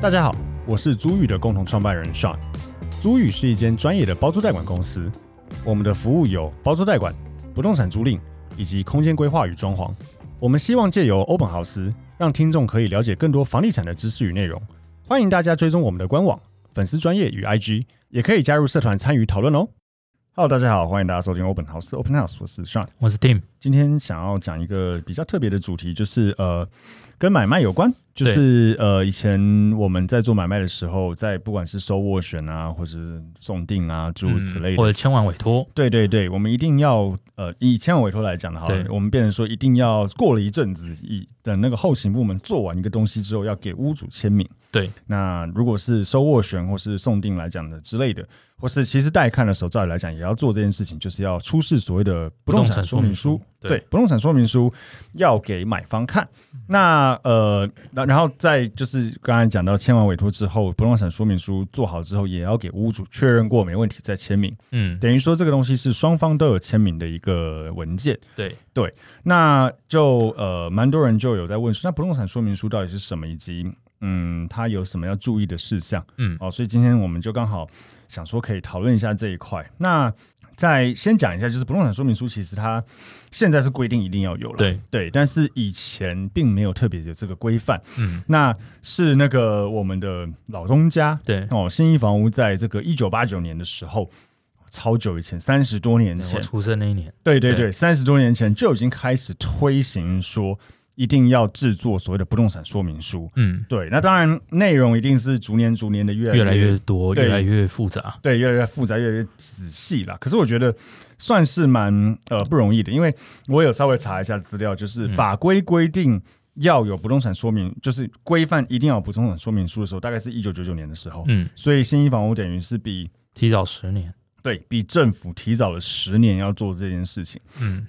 大家好，我是租宇的共同创办人 Sean。租宇是一间专业的包租代管公司，我们的服务有包租代管、不动产租赁以及空间规划与装潢。我们希望借由欧本豪斯，让听众可以了解更多房地产的知识与内容。欢迎大家追踪我们的官网、粉丝专业与 IG，也可以加入社团参与讨论哦。Hello，大家好，欢迎大家收听欧本豪斯 Open House，我是 Sean。我是 Tim，今天想要讲一个比较特别的主题，就是呃，跟买卖有关，就是呃，以前我们在做买卖的时候，在不管是收斡旋啊，或是送定啊，诸如此类的，嗯或者千万委托，对对对，我们一定要呃，以千万委托来讲的哈对，我们变成说一定要过了一阵子，以等那个后勤部门做完一个东西之后，要给屋主签名。对，那如果是收斡旋或是送定来讲的之类的，或是其实带看的时候，照理来讲也要做这件事情，就是要出示所谓的不动产说明书。不动产说明书对嗯对，不动产说明书要给买方看。那呃，那然后再就是刚才讲到签完委托之后，不动产说明书做好之后，也要给屋主确认过没问题再签名。嗯，等于说这个东西是双方都有签名的一个文件。对，那就呃，蛮多人就有在问说，那不动产说明书到底是什么，以及嗯，它有什么要注意的事项？嗯哦，所以今天我们就刚好想说可以讨论一下这一块。那再先讲一下，就是不动产说明书，其实它现在是规定一定要有了，对，对，但是以前并没有特别有这个规范。嗯，那是那个我们的老东家对，哦，新一房屋在这个一九八九年的时候，超久以前，三十多年我前，出生那一年，对对对对，三十多年前就已经开始推行说一定要制作所谓的不动产说明书。嗯，对，那当然内容一定是逐年逐年的越来越来越多，对越来越复杂，对越来越复杂，越来越仔细啦。可是我觉得算是蛮呃不容易的，因为我有稍微查一下资料，就是嗯法规规定。要有不动产说明，就是规范一定要有不动产说明书的时候，大概是一九九九年的时候，嗯，所以新一房屋等于是比提早十年，对比政府提早了十年要做这件事情。嗯，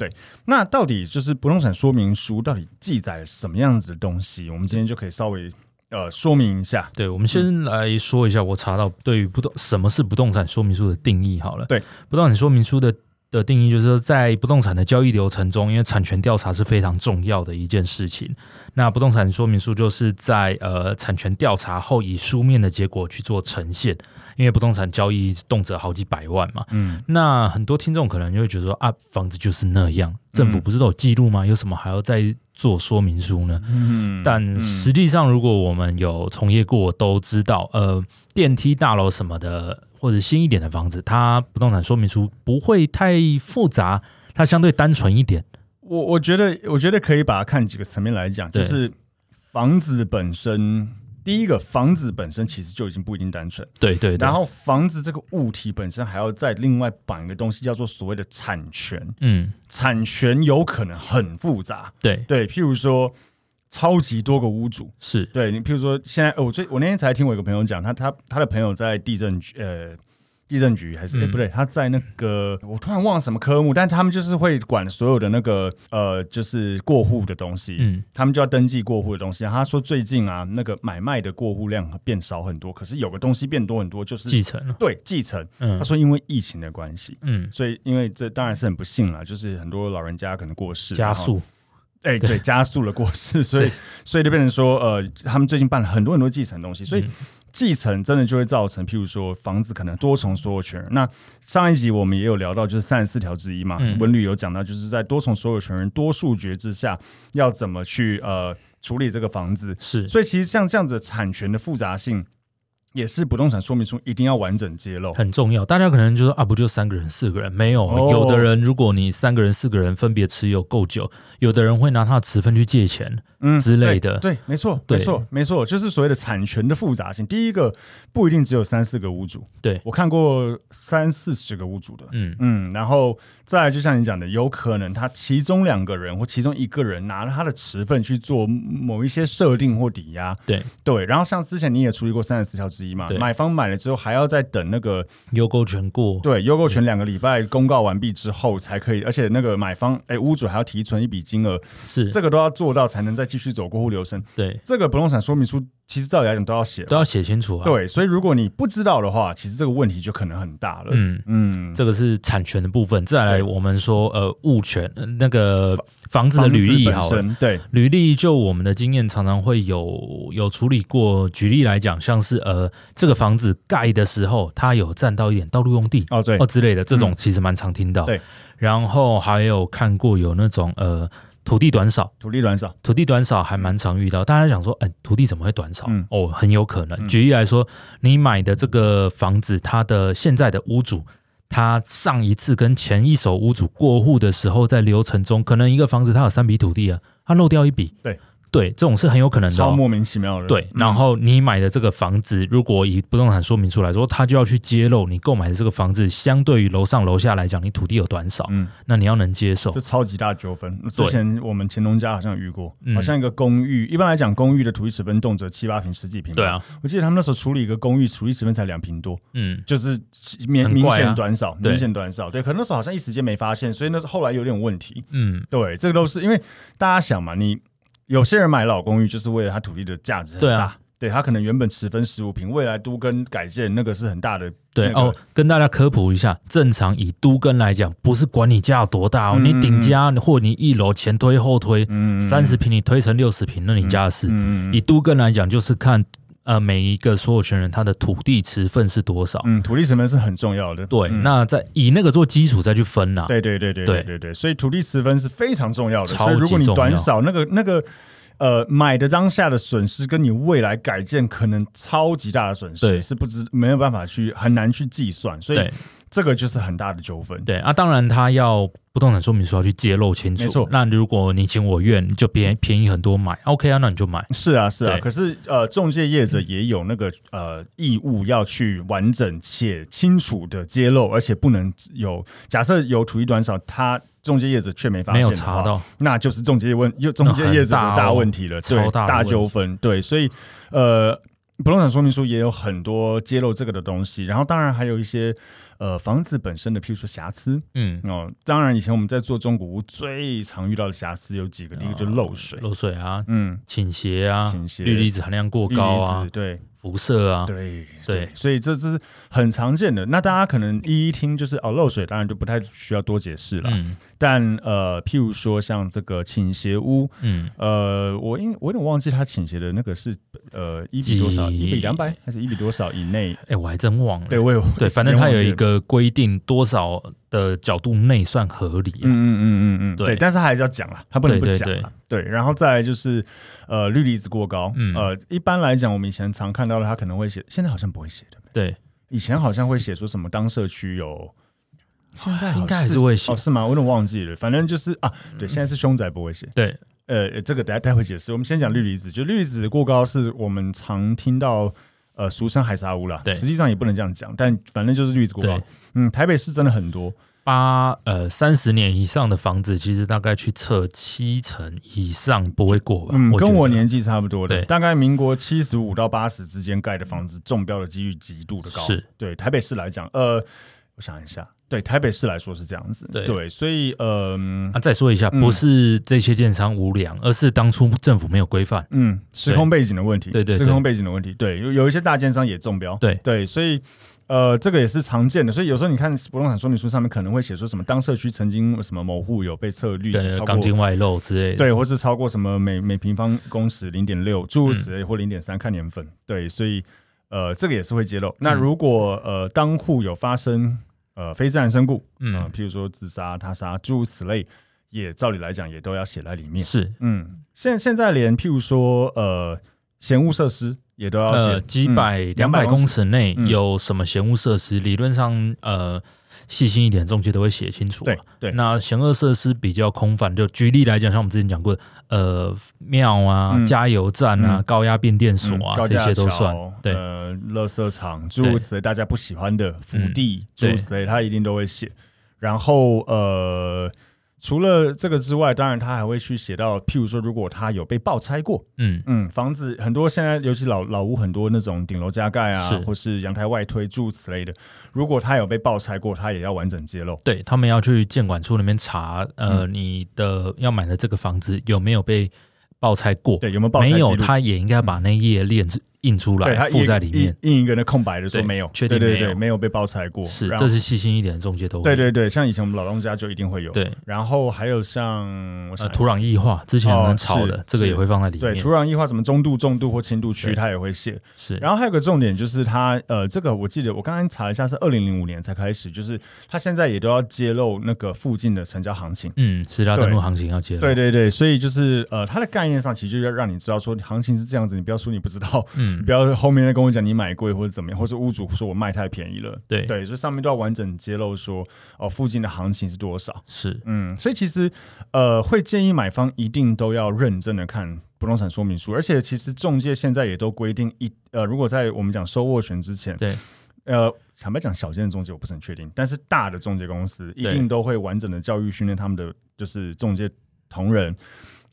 那到底就是不动产说明书到底记载了什么样子的东西？我们今天就可以稍微呃说明一下。嗯对，我们先来说一下，我查到对于不动什么是不动产说明书的定义好了，对，不动产说明书的。的定义就是说在不动产的交易流程中，因为产权调查是非常重要的一件事情。那不动产说明书就是在呃产权调查后，以书面的结果去做呈现。因为不动产交易动辄好几百万嘛，嗯，那很多听众可能就会觉得说啊，房子就是那样，政府不是都有记录吗？有什么还要再做说明书呢？嗯但实际上，如果我们有从业过，都知道，呃，电梯大楼什么的，或者新一点的房子，它不动产说明书不会太复杂，它相对单纯一点。我我觉得我觉得可以把它看几个层面来讲，就对是房子本身，第一个房子本身其实就已经不一定单纯，对对对，然后房子这个物体本身还要再另外绑一个东西，叫做所谓的产权，嗯，产权有可能很复杂，对，对，譬如说超级多个屋主，是，对你，譬如说，现在呃我最我那天才听我一个朋友讲，他他他的朋友在地震局，呃，地震局还是、诶嗯不对，他在那个我突然忘了什么科目，但他们就是会管所有的那个呃，就是过户的东西，嗯，他们就要登记过户的东西。他说最近啊，那个买卖的过户量变少很多，可是有个东西变多很多，就是嗯继承了，对继承。嗯他说因为疫情的关系。嗯，所以，因为这当然是很不幸啦，就是很多老人家可能过世，加然后速，哎、对，加速了过 世，所以对所以就变成说，呃，他们最近办了很多很多继承东西，所以嗯继承真的就会造成，譬如说房子可能多重所有权人。那上一集我们也有聊到，就是三十四条之一嘛，嗯文旅有讲到，就是在多重所有权人多数决之下，要怎么去呃处理这个房子。是，所以其实像这样子的产权的复杂性，也是不动产说明书一定要完整揭露。很重要。大家可能就说啊，不就三个人、四个人？没有，哦有的人如果你三个人、四个人分别持有够久，有的人会拿他的持分去借钱。嗯之类的对，对没错，没对错，没错，就是所谓的产权的复杂性。第一个不一定只有三四个屋主，对我看过三四十个屋主的，嗯，嗯，然后再来就像你讲的，有可能他其中两个人或其中一个人拿了他的持份去做某一些设定或抵押，对，对。然后像之前你也处理过三十四条之一嘛，对买方买了之后还要再等那个有够全过。对优购权两个礼拜公告完毕之后才可以，而且那个买方哎屋主还要提存一笔金额，是，这个都要做到才能再继续走过户流程。对，这个不动产说明书其实照理来讲都要写嘛，都要写清楚啊。，对，所以如果你不知道的话，其实这个问题就可能很大了。嗯嗯，这个是产权的部分。再来，对我们说呃物权呃那个房子的履历房好子了本。身对，履历就我们的经验，常常会有有处理过。举例来讲，像是呃，这个房子盖的时候，它有占到一点道路用地哦对哦，之类的，这种其实蛮常听到。对，然后还有看过有那种呃土地短少，土地短少，土地短少还蛮常遇到。大家想说，哎、土地怎么会短少？嗯哦，很有可能。举例来说，你买的这个房子，它的现在的屋主。他上一次跟前一手屋主过户的时候，在流程中，可能一个房子它有三笔土地啊，它漏掉一笔。对对，这种是很有可能的超哦、莫名其妙的。对，嗯然后你买的这个房子，如果以不动产说明书来说，它就要去揭露你购买的这个房子，相对于楼上楼下来讲，你土地有短少，嗯那你要能接受这。超级大纠纷。之前我们乾隆家好像有遇过，嗯好像一个公寓，一般来讲公寓的土地尺分动辄七八平、十几平。对，啊，我记得他们那时候处理一个公寓，土地尺分才两平多，嗯，就是明很明怪啊显短少，对明显短少。对，可能那时候好像一时间没发现，所以那是后来有点问题。嗯，对，这个都是因为大家想嘛，你有些人买老公寓就是为了他土地的价值很大，对啊对他可能原本十分十五平，未来都跟改建那个是很大的对、那个哦，跟大家科普一下，正常以都跟来讲，不是管你家有多大哦，嗯你顶家或你一楼前推后推嗯三十平，你推成六十平，那你家的事。嗯嗯以都跟来讲，就是看呃每一个所有权人他的土地持份是多少。嗯，土地成分是很重要的。对，嗯那再以那个做基础再去分啊啦、对对对对对对对对，所以土地持分是非常重要的。超所以如果你级重要短少那个那个呃买的当下的损失，跟你未来改建可能超级大的损失，对是不知没有办法去很难去计算，所以对这个就是很大的纠纷。对啊，当然他要不动产说明书要去揭露清楚。没错那如果你情我愿，你就便便宜很多买，OK 啊，那你就买。是啊，是啊，对可是呃，中介业者也有那个呃义务要去完整且清楚的揭露，而且不能有假设有土地短少，他中介业者却没发没现有的查话到，那就是中介问又中介业者的大问题了，那很大哦对，超大的大问题纠纷，对，所以呃，不动产说明书也有很多揭露这个的东西，然后当然还有一些呃房子本身的，譬如说瑕疵嗯，哦，当然以前我们在做中古屋最常遇到的瑕疵有几个，第一个就是漏水，漏水啊，嗯，倾斜啊，倾斜氯离子含量过氯高离啊子，对辐射啊，对对所以这这是很常见的。那大家可能一一听就是哦，漏水当然就不太需要多解释了。嗯但呃，譬如说像这个倾斜屋，嗯，呃，我因我有点忘记它倾斜的那个是呃一比多少，几一比两百还是一比多少以内？哎、我还真忘了。对，我有对反正它有一，个规定，多少的角度内算合理、嗯啊嗯嗯嗯嗯，对对，但是还是要讲啦，它不能不对对讲啦。对，然后再来就是呃，氯离子过高，嗯呃，一般来讲我们以前常看到的，它可能会写，现在好像不会写的。对，以前好像会写说什么当社区有，现在好像应该还是会写哦，是吗？我有点忘记了，反正就是啊，对，现在是凶宅不会写，对，呃，这个待待会解释。我们先讲氯离子，就氯离子过高是我们常听到。呃，俗称海沙屋啦，对实际上也不能这样讲，但反正就是氯离子过高对。嗯，台北市真的很多，八呃三十年以上的房子，其实大概去测七成以上不会过吧？嗯，觉跟得我年纪差不多的，对大概民国七十五到八十之间盖的房子，中标的几率极度的高。是对台北市来讲，呃，我想一下，对台北市来说是这样子，对对，所以嗯、啊，再说一下，嗯不是这些建商无良，而是当初政府没有规范。嗯，时空背景的问题，对对时对空背景的问题，对，有有一些大建商也中标，对对，所以呃，这个也是常见的，所以有时候你看不动产说明书上面可能会写说什么当社区曾经什么某户有被测率是对，超钢过。筋外露之类的。，对，或是超过什么每每平方公尺嗯零点六，诸如此类，或零点三，看年份。对，所以呃，这个也是会揭嗯露。那如果呃当户有发生呃非自然身故，嗯、嗯，譬如说自杀、他杀，诸如此类，也照理来讲也都要写在里面。是嗯，现现在连譬如说呃，闲物设施也都要写嗯呃，几百两百公，尺内有什么闲物设施，理论上呃细心一点，中介都会写清楚嗯啊。对对，那险恶设施比较空泛，就举例来讲，像我们之前讲过，呃，庙啊、嗯加油站啊、嗯高压变电所啊，嗯高这架些都桥算。对呃，垃圾场诸如对此类，大家不喜欢的福嗯地诸如对此类，他一定都会写。然后呃，除了这个之外，当然他还会去写到，譬如说，如果他有被爆拆过，嗯，嗯，房子很多现在尤其老老屋很多那种顶楼加盖啊是，或是阳台外推诸如此类的，如果他有被爆拆过，他也要完整揭露。对他们嗯要去建管处那边查，呃，你的要买的这个房子有没有被报拆过，对，有没有报没拆记有，录他也应该把那页链子印出对来他附印在里面。印印一个那空白的说对没有，确定对对没有对，没有被包材过，是，然后这是细心一点的中介都会。对对对，像以前我们老东家就一定会有，对，然后还有像我想呃，土壤异化之前我哦们炒的是，这个也会放在里对面。土壤异化什么中度、重度或轻度区，对它也会写。是，然后还有个重点就是它呃，这个我记得我刚刚查了一下，是二零零五年才开始，就是它现在也都要揭露那个附近的成交行情。嗯，私家对登录行情要接了。对对对，所以就是呃，它的概念上其实就要让你知道说行情是这样子，你不要说你不知道，你嗯，不要后面再跟我讲你买贵或者怎么样，或是屋主说我卖太便宜了，对对，所以上面都要完整揭露说哦、附近的行情是多少。是，嗯，所以其实呃，会建议买方一定都要认真的看不动产说明书，而且其实中介现在也都规定一呃，如果在我们讲收斡权之前，对，呃，坦白讲，小间的中介我不是很确定，但是大的中介公司一定都会完整的教育训练他们的就是中介同仁。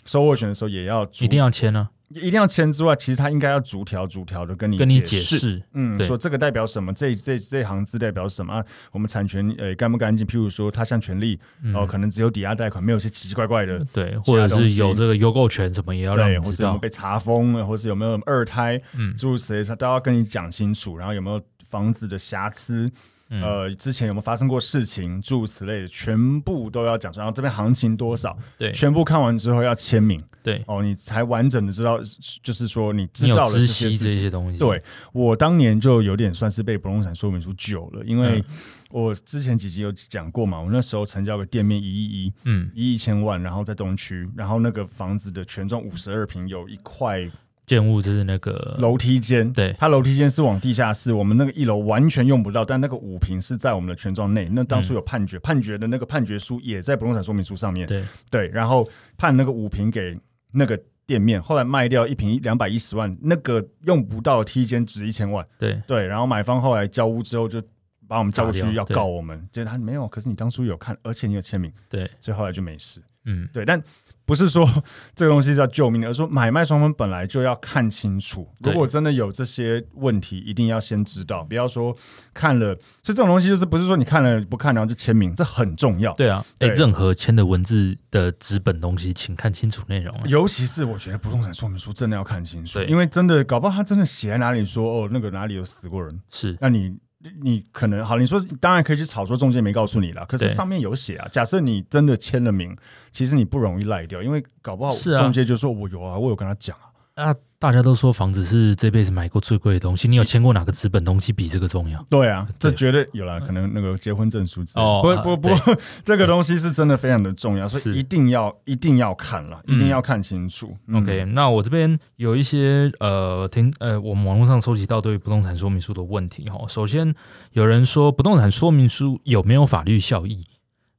收斡权的时候也要逐一定要签啊，一定要签之外，其实他应该要逐条逐条的跟你跟你解解释，释。嗯，对说这个代表什么，这这这行字代表什么啊？我们产权呃干不干净？譬如说，他像权利嗯哦，可能只有抵押贷款，没有一些奇奇怪怪的，对，其或他者东是西有这个优购权什么，也要让对，你或知是有没有道。被查封呃了，或是有没有二胎，嗯诸如此类，他都要跟你讲清楚，然后有没有房子的瑕疵，嗯呃，之前有没有发生过事情，诸如此类的，全部都要讲出来。然后这边行情多少，对全部看完之后要签名对，哦，你才完整的知道，就是说你你知有道了这知些悉事这情。些东西。对我当年就有点算是被不动产说明书救了，因为嗯我之前几集有讲过嘛，我那时候成交个店面一亿一，嗯，一亿千万，然后在东区，然后那个房子的全幢五十二平，有一块建物就是那个楼梯间，呃对它楼梯间是往地下室，我们那个一楼完全用不到，但那个五平是在我们的全幢内。那当初有判决，判决的那个判决书也在不动产说明书上面，嗯对对，然后判那个五平给那个店面，后来卖掉一平两百一十万，那个用不到的梯间值一千万，对对，然后买方后来交屋之后就。把我们叫过打去掉要对告我们，结果他没有，可是你当初有看，而且你有签名，对，所以后来就没事。嗯对，但不是说 这个东西是要救命的，而是说买卖双方本来就要看清楚。如对果真的有这些问题，一定要先知道，不要说看了。所以这种东西就是不是说你看了不看，然后就签名，这很重要。对啊，哎，对任何签的文字的纸本东西，请看清楚内容啊。尤其是我觉得不动产说明书真的要看清楚，对因为真的搞不好他真的写在哪里说哦那个哪里有死过人，是，那你你可能好，你说当然可以去吵说中介没告诉你了，可是对上面有写啊。假设你真的签了名，其实你不容易赖掉，因为搞不好是啊中介就说我有啊，我有跟他讲啊。那大家都说房子是这辈子买过最贵的东西，你有签过哪个资本东西比这个重要？对啊，这对绝对有啦，可能那个结婚证书之类的。哦啊不不不，这个东西是真的非常的重要，所是以一定要一定要看了，一嗯定要看清楚。嗯 OK，那我这边有一些呃，听呃，我们网络上收集到对于不动产说明书的问题哈。首先，有人说不动产说明书有没有法律效益？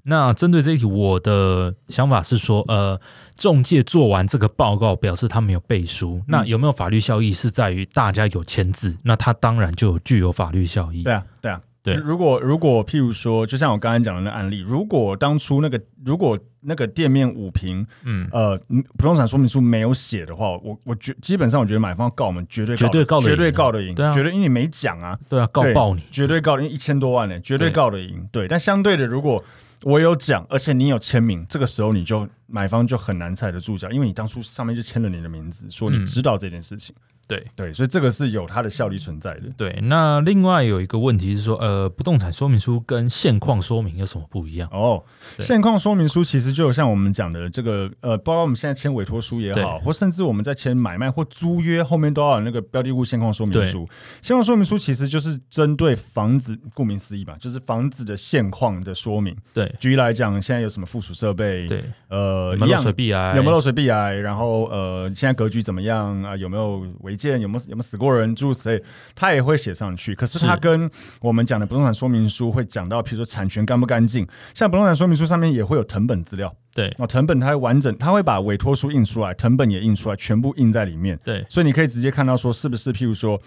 那针对这一题，我的想法是说，呃，中介做完这个报告，表示他没有背嗯书，那有没有法律效益是在于大家有签字，那他当然就有具有法律效益对。啊，对啊，对如果如果譬如说，就像我刚才讲的那案例，如果当初那个如果那个店面五平，嗯，呃，不动产说明书没有写的话，我我觉基本上我觉得买方告我们绝对绝对告得赢绝对告得赢，对啊绝对因为你没讲啊，对啊，告对爆你，绝对告 得赢一千多万呢、绝对对告得赢。对，但相对的，如果我有讲，而且你有签名，这个时候你就买方就很难踩得住脚，因为你当初上面就签了你的名字，说你嗯知道这件事情。对。对，所以这个是有它的效力存在的。对，那另外有一个问题是说，呃，不动产说明书跟现况说明有什么不一样？哦，对现况说明书其实就有像我们讲的这个，呃，包括我们现在签委托书也好，对或甚至我们在签买卖或租约后面都要有那个标的物现况说明对书。现况说明书其实就是针对房子，顾名思义嘛，就是房子的现况的说明。对举例来讲，现在有什么附属设备？，对，呃，有一没有样漏水壁啊？有没有？漏水壁癌？然后呃，现在格局怎么样啊？有没有违建？有没有有没有死过人？诸如此类，他也会写上去。可是是他跟我们讲的不动产说明书会讲到，譬如说产权干不干净，像不动产说明书上面也会有成本资料对哦，成本它会完整，它会把委托书印出来，成本也印出来，全部印在里面，对所以你可以直接看到说是不是譬如说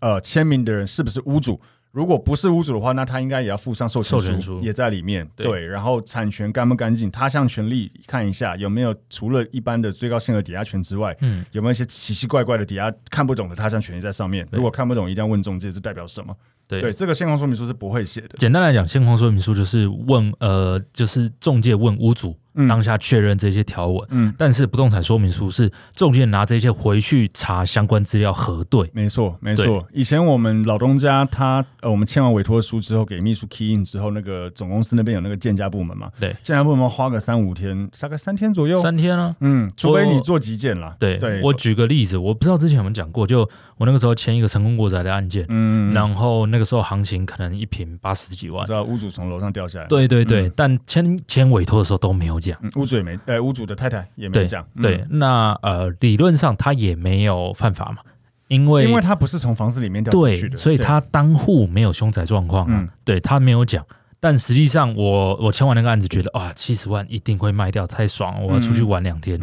呃签名的人是不是屋主。如果不是屋主的话，那他应该也要附上授权授权书，书也在里面。对对，然后产权干不干净，他项权利看一下有没有除了一般的最高限额抵押权之外，嗯，有没有一些奇奇怪怪的抵押看不懂的他项权利在上面？对如果看不懂，一定要问中介这代表什么。对。对，这个现况说明书是不会写的。简单来讲，现况说明书就是问呃，就是中介问屋主嗯当下确认这些条文。嗯，但是不动产说明书是中介拿这些回去查相关资料核对，没错，没错。以前我们老东家他呃，我们签完委托书之后，给秘书 key in 之后，那个总公司那边有那个鉴价部门嘛，对鉴价部门花个三五天，大概三天左右。三天啊。嗯，除非你做急件啦。对，对，我举个例子，我不知道之前有没有讲过，就我那个时候签一个成功国宅的案件，嗯，然后那个时候行情可能一平八十几我万知，道屋主从楼上掉下来，对对对，但签签委托的时候都没有讲。嗯，屋主也没，呃，屋主的太太也没对讲，嗯对，，那呃，理论上他也没有犯法嘛，因为因为他不是从房子里面掉出去对，的，所以他当户没有凶宅状况啊，嗯对他没有讲。但实际上我，我签完那个案子，觉得哇，七十万一定会卖掉，太爽了！我要出嗯去玩 两天。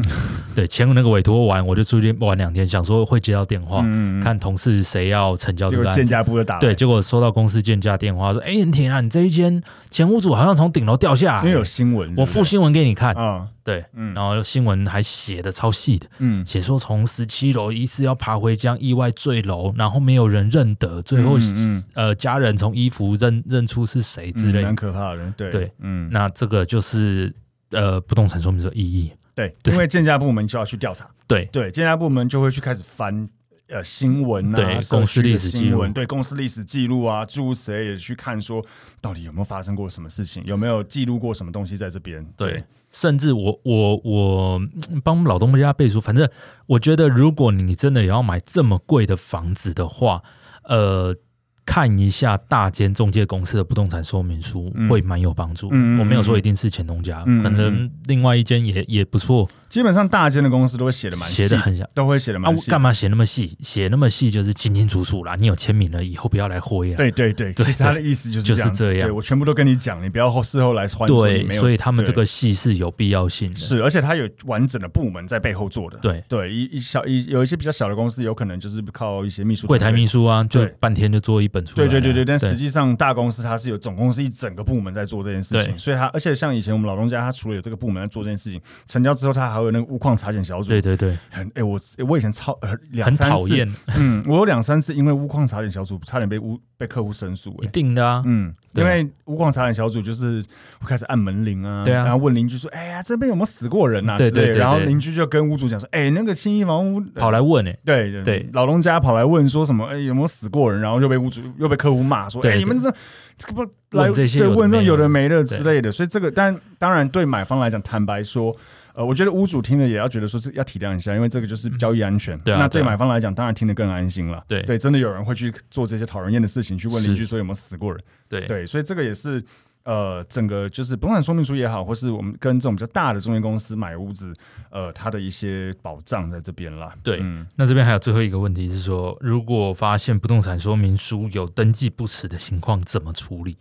对，签那个委托完，我就出去玩两天，想说会接到电话，嗯，嗯嗯看同事谁要成交结这个果案鉴子。价部的打来对，，结果收到公司建价电话说：“哎、任婷啊，你这一间前屋主好像从顶楼掉下因为来有，新闻，我附复新闻给你看。啊，对，嗯然后新闻还写的超细的，嗯，写说从十七楼疑似要爬回江，意外坠楼，然后没有人认得，最后、嗯嗯呃家人从衣服认认出是谁之类嗯的。蛮可怕的，对对，嗯，那这个就是呃不动产说明书的意义。对，对因为鉴价部门就要去调查，对对，鉴价部门就会去开始翻。呃，新闻啊，对社区的公司历史记录新闻，对公司历史记录啊，诸如此类的去看，说到底有没有发生过什么事情，有没有记录过什么东西在这边？对，，甚至我我我嗯帮老东家背书，反正我觉得如果你真的也要买这么贵的房子的话，呃。看一下大间中介公司的不动产说明书，嗯会蛮有帮助。嗯嗯嗯我没有说一定是前东家，嗯嗯嗯可能另外一间也也不错，基本上大间的公司都会写的蛮细写的很详。都会写的啊，蛮我细的。干嘛写那么细？写那么细就是清清楚楚啦。你有签名了，以后不要来灰了。对对对，对其实他的意思就是就是这样子，这样对我全部都跟你讲，你不要后事后来换说你没有所以他们这对个戏是有必要性的。是，而且他有完整的部门在背后做的。对对，一一小一有一些比较小的公司，有可能就是靠一些秘书柜台团队秘。书啊，就对半天就做一本出来对了。对对对，但实际上大公司它是有总公司一整个部门在做这件事情，对所以它而且像以前我们老东家，他除了有这个部门在做这件事情，成交之后他还有那个屋况查检小组，对对对，很哎、我我以前超呃两很三讨次，厌，嗯，我有两三次因为屋况查检小组差点被屋被客户申诉、一哎。定的啊。嗯，因对啊为无广茶点小组就是会开始按门铃啊，对啊然后问邻居说：“哎呀，这边有没有死过人啊？”对之类的对对然后对邻居就跟屋主讲说：“哎，那个新一房屋跑。来问诶、欸呃”对对老东家跑来问说什么？哎，有没有死过人？然后就被屋主又被客户骂说：“对哎，对你们这这个不来问这些对有的问这种没有有的的没的对之类的。”所以这个，但当然对买方来讲，坦白说，呃，我觉得屋主听了也要觉得说这要体谅一下，因为这个就是交易安全。对啊那对对啊买方来讲，当然听得更安心了。对对，真的有人会去做这些讨人厌的事情，去问邻居是说有没有死过人。对对，所以这个也是呃，整个就是不动产说明书也好，或是我们跟这种比较大的中介公司买屋子，呃，它的一些保障在这边啦。对嗯，那这边还有最后一个问题是说，如果发现不动产说明书有登记不实的情况，怎么处理？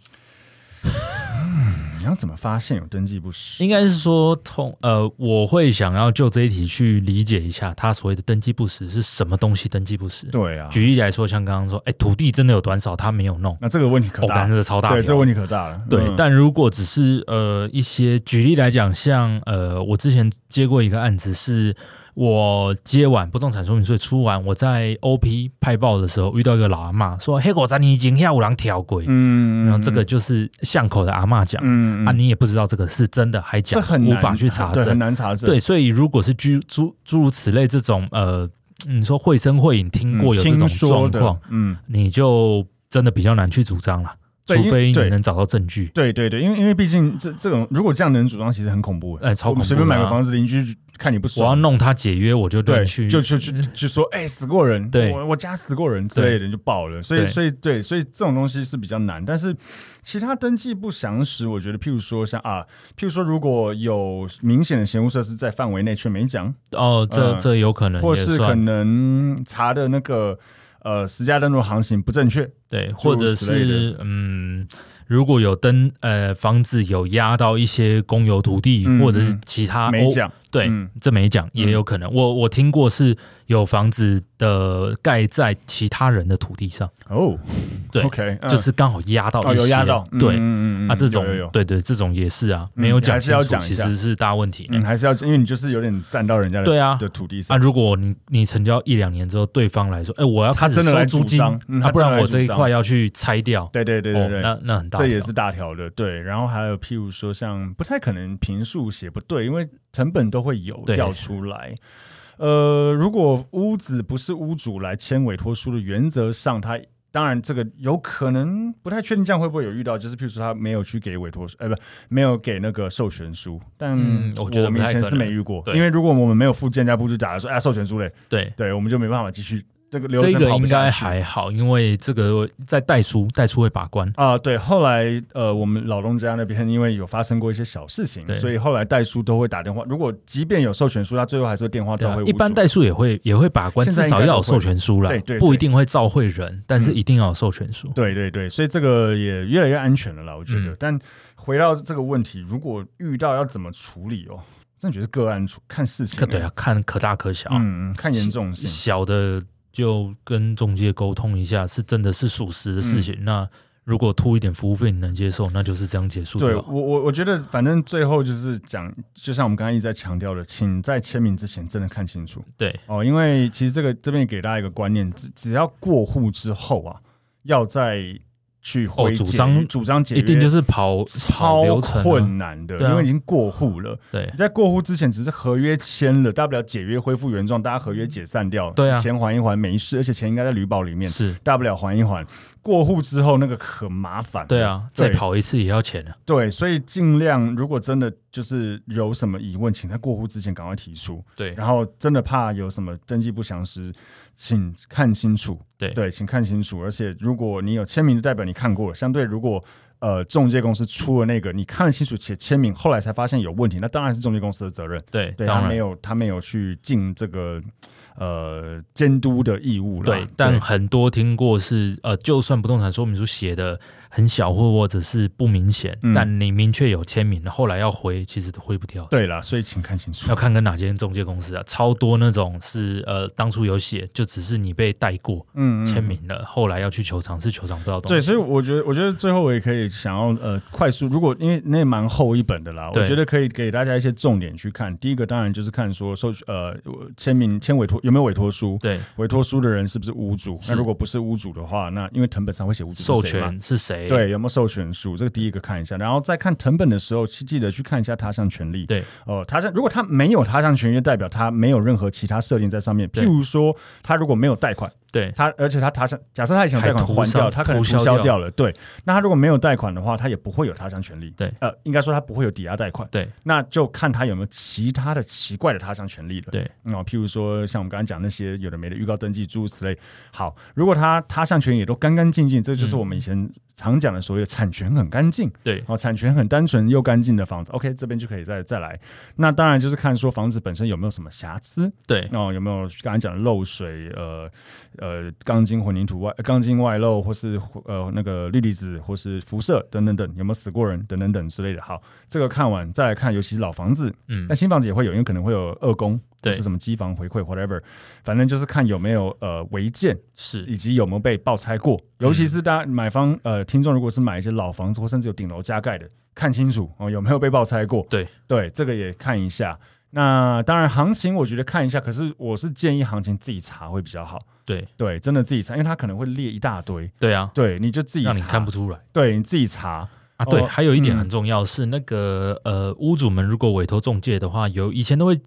你要怎么发现有登记不实？应该是说通呃，我会想要就这一题去理解一下，它所谓的登记不实是什么东西？登记不实，对啊，举例来说，像刚刚说，哎、土地真的有短少，他没有弄，那这个问题可哦，大干这了，个超大条对，这个问题可大了。对嗯但如果只是呃一些举例来讲，像呃我之前接过一个案子是。我接完不动产说明书出完，我在 OP 派报的时候遇到一个老阿妈，说黑狗仔你已经啊下午狼条鬼，嗯，然后这个就是巷口的阿妈讲、嗯，嗯啊，你也不知道这个是真的还这假，很无难法去查对，证很。难查证。对，所以如果是诸诸诸如此类这种呃，你说绘声绘影嗯，听过有这听种说状的况，，嗯。你就真的比较难去主张了，对除因为非你对能找到证据。对对对，因为因为毕竟这这种如果这样能主张，其实很恐怖欸。哎超我们恐随怖便的买个啊房子，邻居看你不我爽要，弄他解约，我就对，乱去就就就就说，哎、死过人，对我我家死过人之类的，你就爆了。所以对所以对，所以这种东西是比较难。但是其他登记不详实，我觉得，譬如说像啊，譬如说如果有明显的嫌恶设施在范围内却没讲，哦，这、嗯这有可能或也是可算能查的那个呃实价登录行情不正确，对，诸或如者此类的是嗯，如果有登呃房子有压到一些公有土地、嗯或者是嗯其他没哦讲，对，嗯这没讲也有可能。我我听过是有房子的盖在其他人的土地上，哦，对，OK，、嗯、就是刚好压到哦一些，有压到，嗯对。嗯嗯嗯啊，这种有有有。对对，这种也是啊，嗯没有还讲是清要楚，讲一其下实是大问题呢。嗯，还是要，因为你就是有点占到人家的对啊的土地上啊，，如果你你成交一两年之后，对方来说，哎、我要他开始真的收来租主金，张嗯啊，他不真的然来我这一主张块要去拆掉，对对对对对，哦、那那很大条，这也是大条的，对。然后还有譬如说，像不太可能评述写不对，因为成本都会有对调出来。呃，如果屋子不是屋主来签委托书的，原则上他当然这个有可能不太确定，这样会不会有遇到，就是譬如说他没有去给委托书，呃，不，没有给那个授权书。但嗯我觉得我们不以太可前能是没遇过，对因为如果我们没有附件加部就假如说哎授权书嘞，对。对，我们就没办法继续这个流这程个跑不应下该去。还好，因为这个在代书，代书会把关。啊、对，后来呃，我们老东家那边因为有发生过一些小事情对，所以后来代书都会打电话。如果即便有授权书，他最后还是会电话对召啊回屋主。一般代书也会也会把关，现在至应该少要有都会授权书啦对对，对嗯不一定会召会人，但是一定要有授权书。对对对，所以这个也越来越安全了啦，我觉得。嗯但回到这个问题，如果遇到要怎么处理哦，真的觉得是个案处看事情、可对啊，啊看可大可小，嗯，嗯，看严重性。小的就跟中介沟通一下，是真的是属实的事嗯情。那如果吐一点服务费你能接受，那就是这样结束对就我好。我我觉得，反正最后就是讲，就像我们刚才一直在强调的，请在签名之前真的看清楚。对，哦，因为其实这个这边给大家一个观念，只只要过户之后啊，要再去回哦主解张主张解约，一定就是跑跑超流程啊。困难的，对啊因为已经过户了。对你在过户之前只是合约签了，大不了解约恢复原状，大家合约解散掉，对啊钱还一还没事，而且钱应该在旅保里面，是，大不了还一还。过户之后那个很麻烦，对啊，对再跑一次也要钱啊。对，所以尽量如果真的就是有什么疑问，请在过户之前赶快提出。对然后真的怕有什么登记不详时，请看清楚。对对，请看清楚。而且如果你有签名的代表，你看过了，相对如果呃中介公司出了那个你看得清楚且签名，后来才发现有问题，那当然是中介公司的责任。对，对当他没然有他没有去尽这个呃监督的义务了。对，但很多听过是呃，就算不动产说明书写的很小或或者是不明显，嗯但你明确有签名，后来要回其实都回不掉。对啦，所以请看清楚要。看跟哪间中介公司啊，超多那种是呃当初有写，就只是你被带过嗯，嗯签。名了，后来要去球场是球场不知道东对，西。所以我觉得，我觉得最后我也可以想要呃快速，如果因为那也蛮厚一本的啦，对我觉得可以给大家一些重点去看。第一个当然就是看说授呃签名签委托有没有委托书，对委托书的人是不是屋主？是那如果不是屋主的话，那因为藤本上会写屋主是授谁嘛权是谁？对，有没有授权书？这个第一个看一下，然后在看藤本的时候，记记得去看一下他项权利。对，呃，他项如果他没有他项权利，就代表他没有任何其他设定在上面。譬对如说，他如果没有贷款，对他而且他他项假设他以前有贷款还还涂掉，上他可能涂涂销销掉掉了。对，那他如果没有贷款的话，他也不会有他项权利。对呃，应该说他不会有抵押贷款。对那就看他有没有其他的奇怪的他项权利了。对嗯哦，譬如说像我们刚刚讲那些有的没的预告登记诸如此类。好，如果他他项权也都干干净净，这就是我们以前常讲的所谓的产权很干净，嗯对哦，产权很单纯又干净的房子。OK，这边就可以再再来。那当然就是看说房子本身有没有什么瑕疵，对哦，有没有刚才讲的漏水，呃呃，钢筋混凝土外呃钢筋外露，或是呃那个氯离子，或是辐射等等等，有没有死过人等等等之类的。好，这个看完再来看，尤其是老房子，嗯但新房子也会有，因为可能会有二工，对是什么机房回馈 whatever，反正就是看有没有呃违建，是嗯以及有没有被爆拆过。尤其是大家买方呃听众，如果是买一些老房子或甚至有顶楼加盖的，看清楚哦有没有被爆拆过。对对，这个也看一下。那当然，行情我觉得看一下，可是我是建议行情自己查会比较好。对对，真的自己查，因为它可能会列一大堆，对啊，对，你就自己查，让你看不出来对，你自己查。啊。对，哦还有一点嗯很重要是那个呃，屋主们如果委托中介的话，有以前都会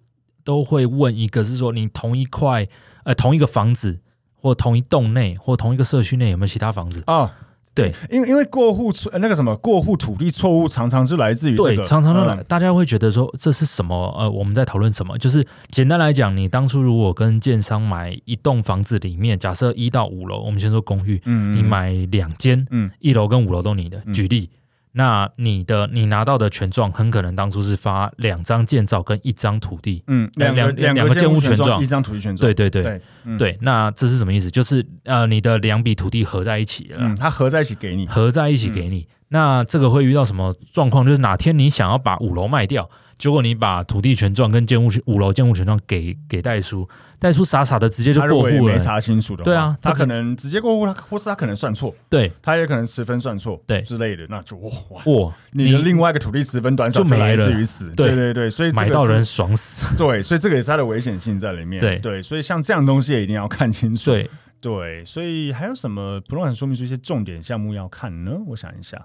都会问一个是说你同一块呃同一个房子或同一栋内或同一个社区内有没有其他房子？哦，对，因为因为过户错呃那个什么过户土地错误，常常是来自于这对，个，常常都来，嗯大家会觉得说这是什么？呃，我们在讨论什么？就是简单来讲，你当初如果跟建商买一栋房子里面，假设一到五楼，我们先说公寓，嗯，嗯你买两间，嗯一楼跟五楼都你的。嗯举例，那你的你拿到的权状，很可能当初是发两张建造跟一张土地。嗯两个两两个个建物物权权状，状一张土地权状，对对对。对嗯对，那这是什么意思？就是呃，你的两笔土地合在一起了，嗯，它嗯合在一起给你，合在一起给你。那这个会遇到什么状况？就是哪天你想要把五楼卖掉，结果你把土地权状跟建物权五楼建物权状给给代书，代书傻傻的直接就他如过果也户了没。查清楚的话，对啊他他可能直接过户，他或是他可能算错，对，他也可能十分算错，对之类的，那就哇哇，哇，你的另外一个土地十分短少就没来自了于此，对对对对，所以这个买到是 人爽死。对，所以这个也是它的危险性在里面，对对，所以像这样东西也一定要看清楚，对，对，所以还有什么不动产说明书一些重点项目要看呢？我想一下，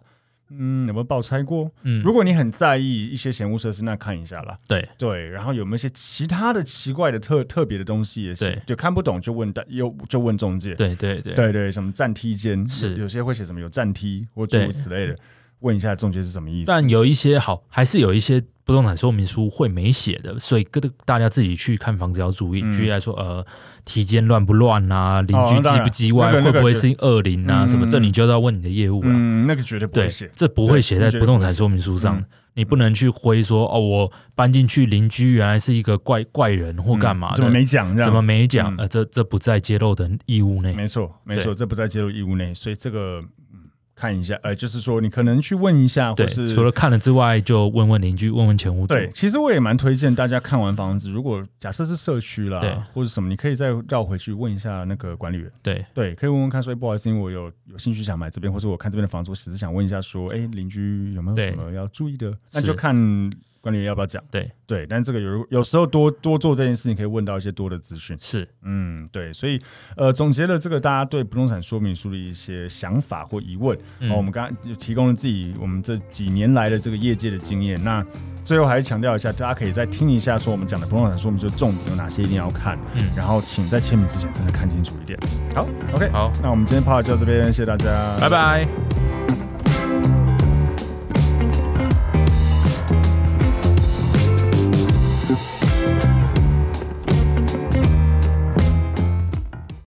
嗯，有没有爆拆过？嗯，如果你很在意一些闲物设施，那看一下啦。对对，然后有没有一些其他的奇怪的特特别的东西也是对，就看不懂就问代，又就问中介。对对对对对，什么站梯间是有有些会写什么有站梯或诸如对此类的，问一下中介是什么意思。但有一些好，还是有一些不动产说明书会没写的，所以各个大家自己去看房子要注意。嗯举例来说，呃，体间乱不乱啊，邻居那当叽然不叽那歪，个那会个不会就是恶邻啊嗯什么？这你就要问你的业务了。啊嗯，那个绝对不对会写，。这不会写在不动产说明书上嗯，你不能去挥说哦，我搬进去邻居原来是一个怪怪人或干嘛嗯的，怎么没讲？这样怎么没讲？嗯呃，这这不在揭露的义务内。没错，没错，这不在介入义务内，所以这个嗯看一下，呃，就是说你可能去问一下，对或，是除了看了之外，就问问邻居，问问前屋主。对，其实我也蛮推荐大家看完房子，如果假设是社区啦对，或者什么，你可以再绕回去问一下那个管理员，对对，可以问问看说，哎，不好意思，因为我有有兴趣想买这边，或者我看这边的房子，我只是想问一下说，哎，邻居有没有对什么要注意的？那是就看管理员要不要讲。对对，但这个有有时候多多做这件事情，可以问到一些多的资讯。是嗯，对，所以呃，总结了这个大家对不动产说明书的一些想法或疑问，嗯哦，我们刚刚就提供了自己我们这几年来的这个业界的经验。那最后还是强调一下，大家可以再听一下，说我们讲的不动产说明书重点有哪些一定要看，嗯然后请在签名之前真的看清楚一点。好，OK，好，那我们今天 part 就到这边，谢谢大家，拜拜。